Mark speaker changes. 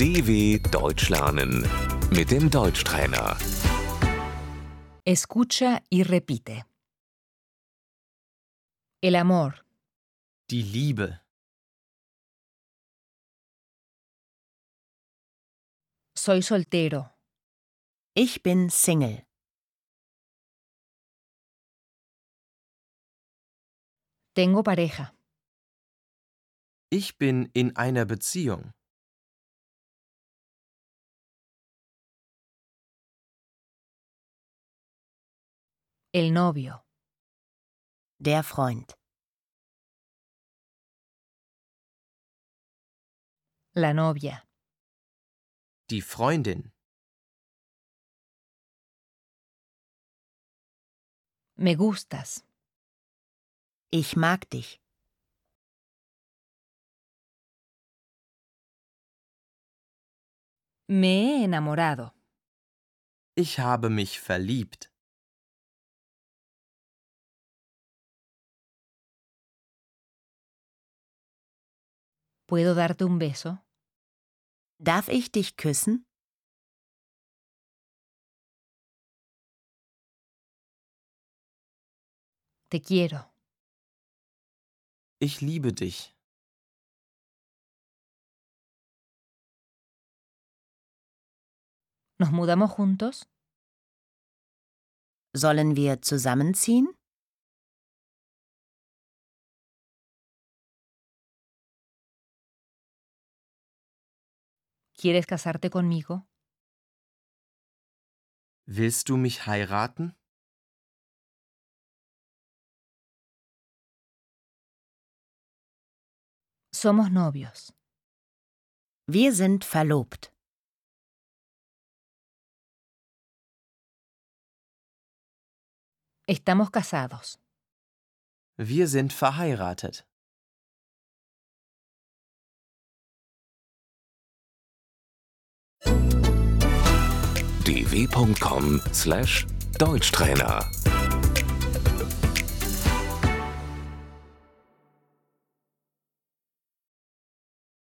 Speaker 1: DW Deutsch lernen mit dem Deutschtrainer.
Speaker 2: Escucha y repite. El amor,
Speaker 3: Die Liebe,
Speaker 2: soy soltero,
Speaker 4: Ich bin Single.
Speaker 2: tengo pareja,
Speaker 3: ich bin in einer Beziehung,
Speaker 2: el novio,
Speaker 4: Der Freund.
Speaker 2: la novia,
Speaker 3: die Freundin,
Speaker 2: me gustas,
Speaker 4: Ich mag dich.
Speaker 2: me he enamorado,
Speaker 3: ich habe mich verliebt,
Speaker 2: puedo darte un beso,
Speaker 4: Darf ich dich küssen?
Speaker 2: te quiero,
Speaker 3: ich liebe dich,
Speaker 2: nos mudamos juntos,
Speaker 4: Sollen wir zusammenziehen?
Speaker 2: ¿quieres casarte conmigo?
Speaker 3: willst du mich heiraten?
Speaker 2: Somos novios,
Speaker 4: Wir sind verlobt.
Speaker 2: estamos casados,
Speaker 3: Wir sind verheiratet,
Speaker 1: dw.com/deutschtrainer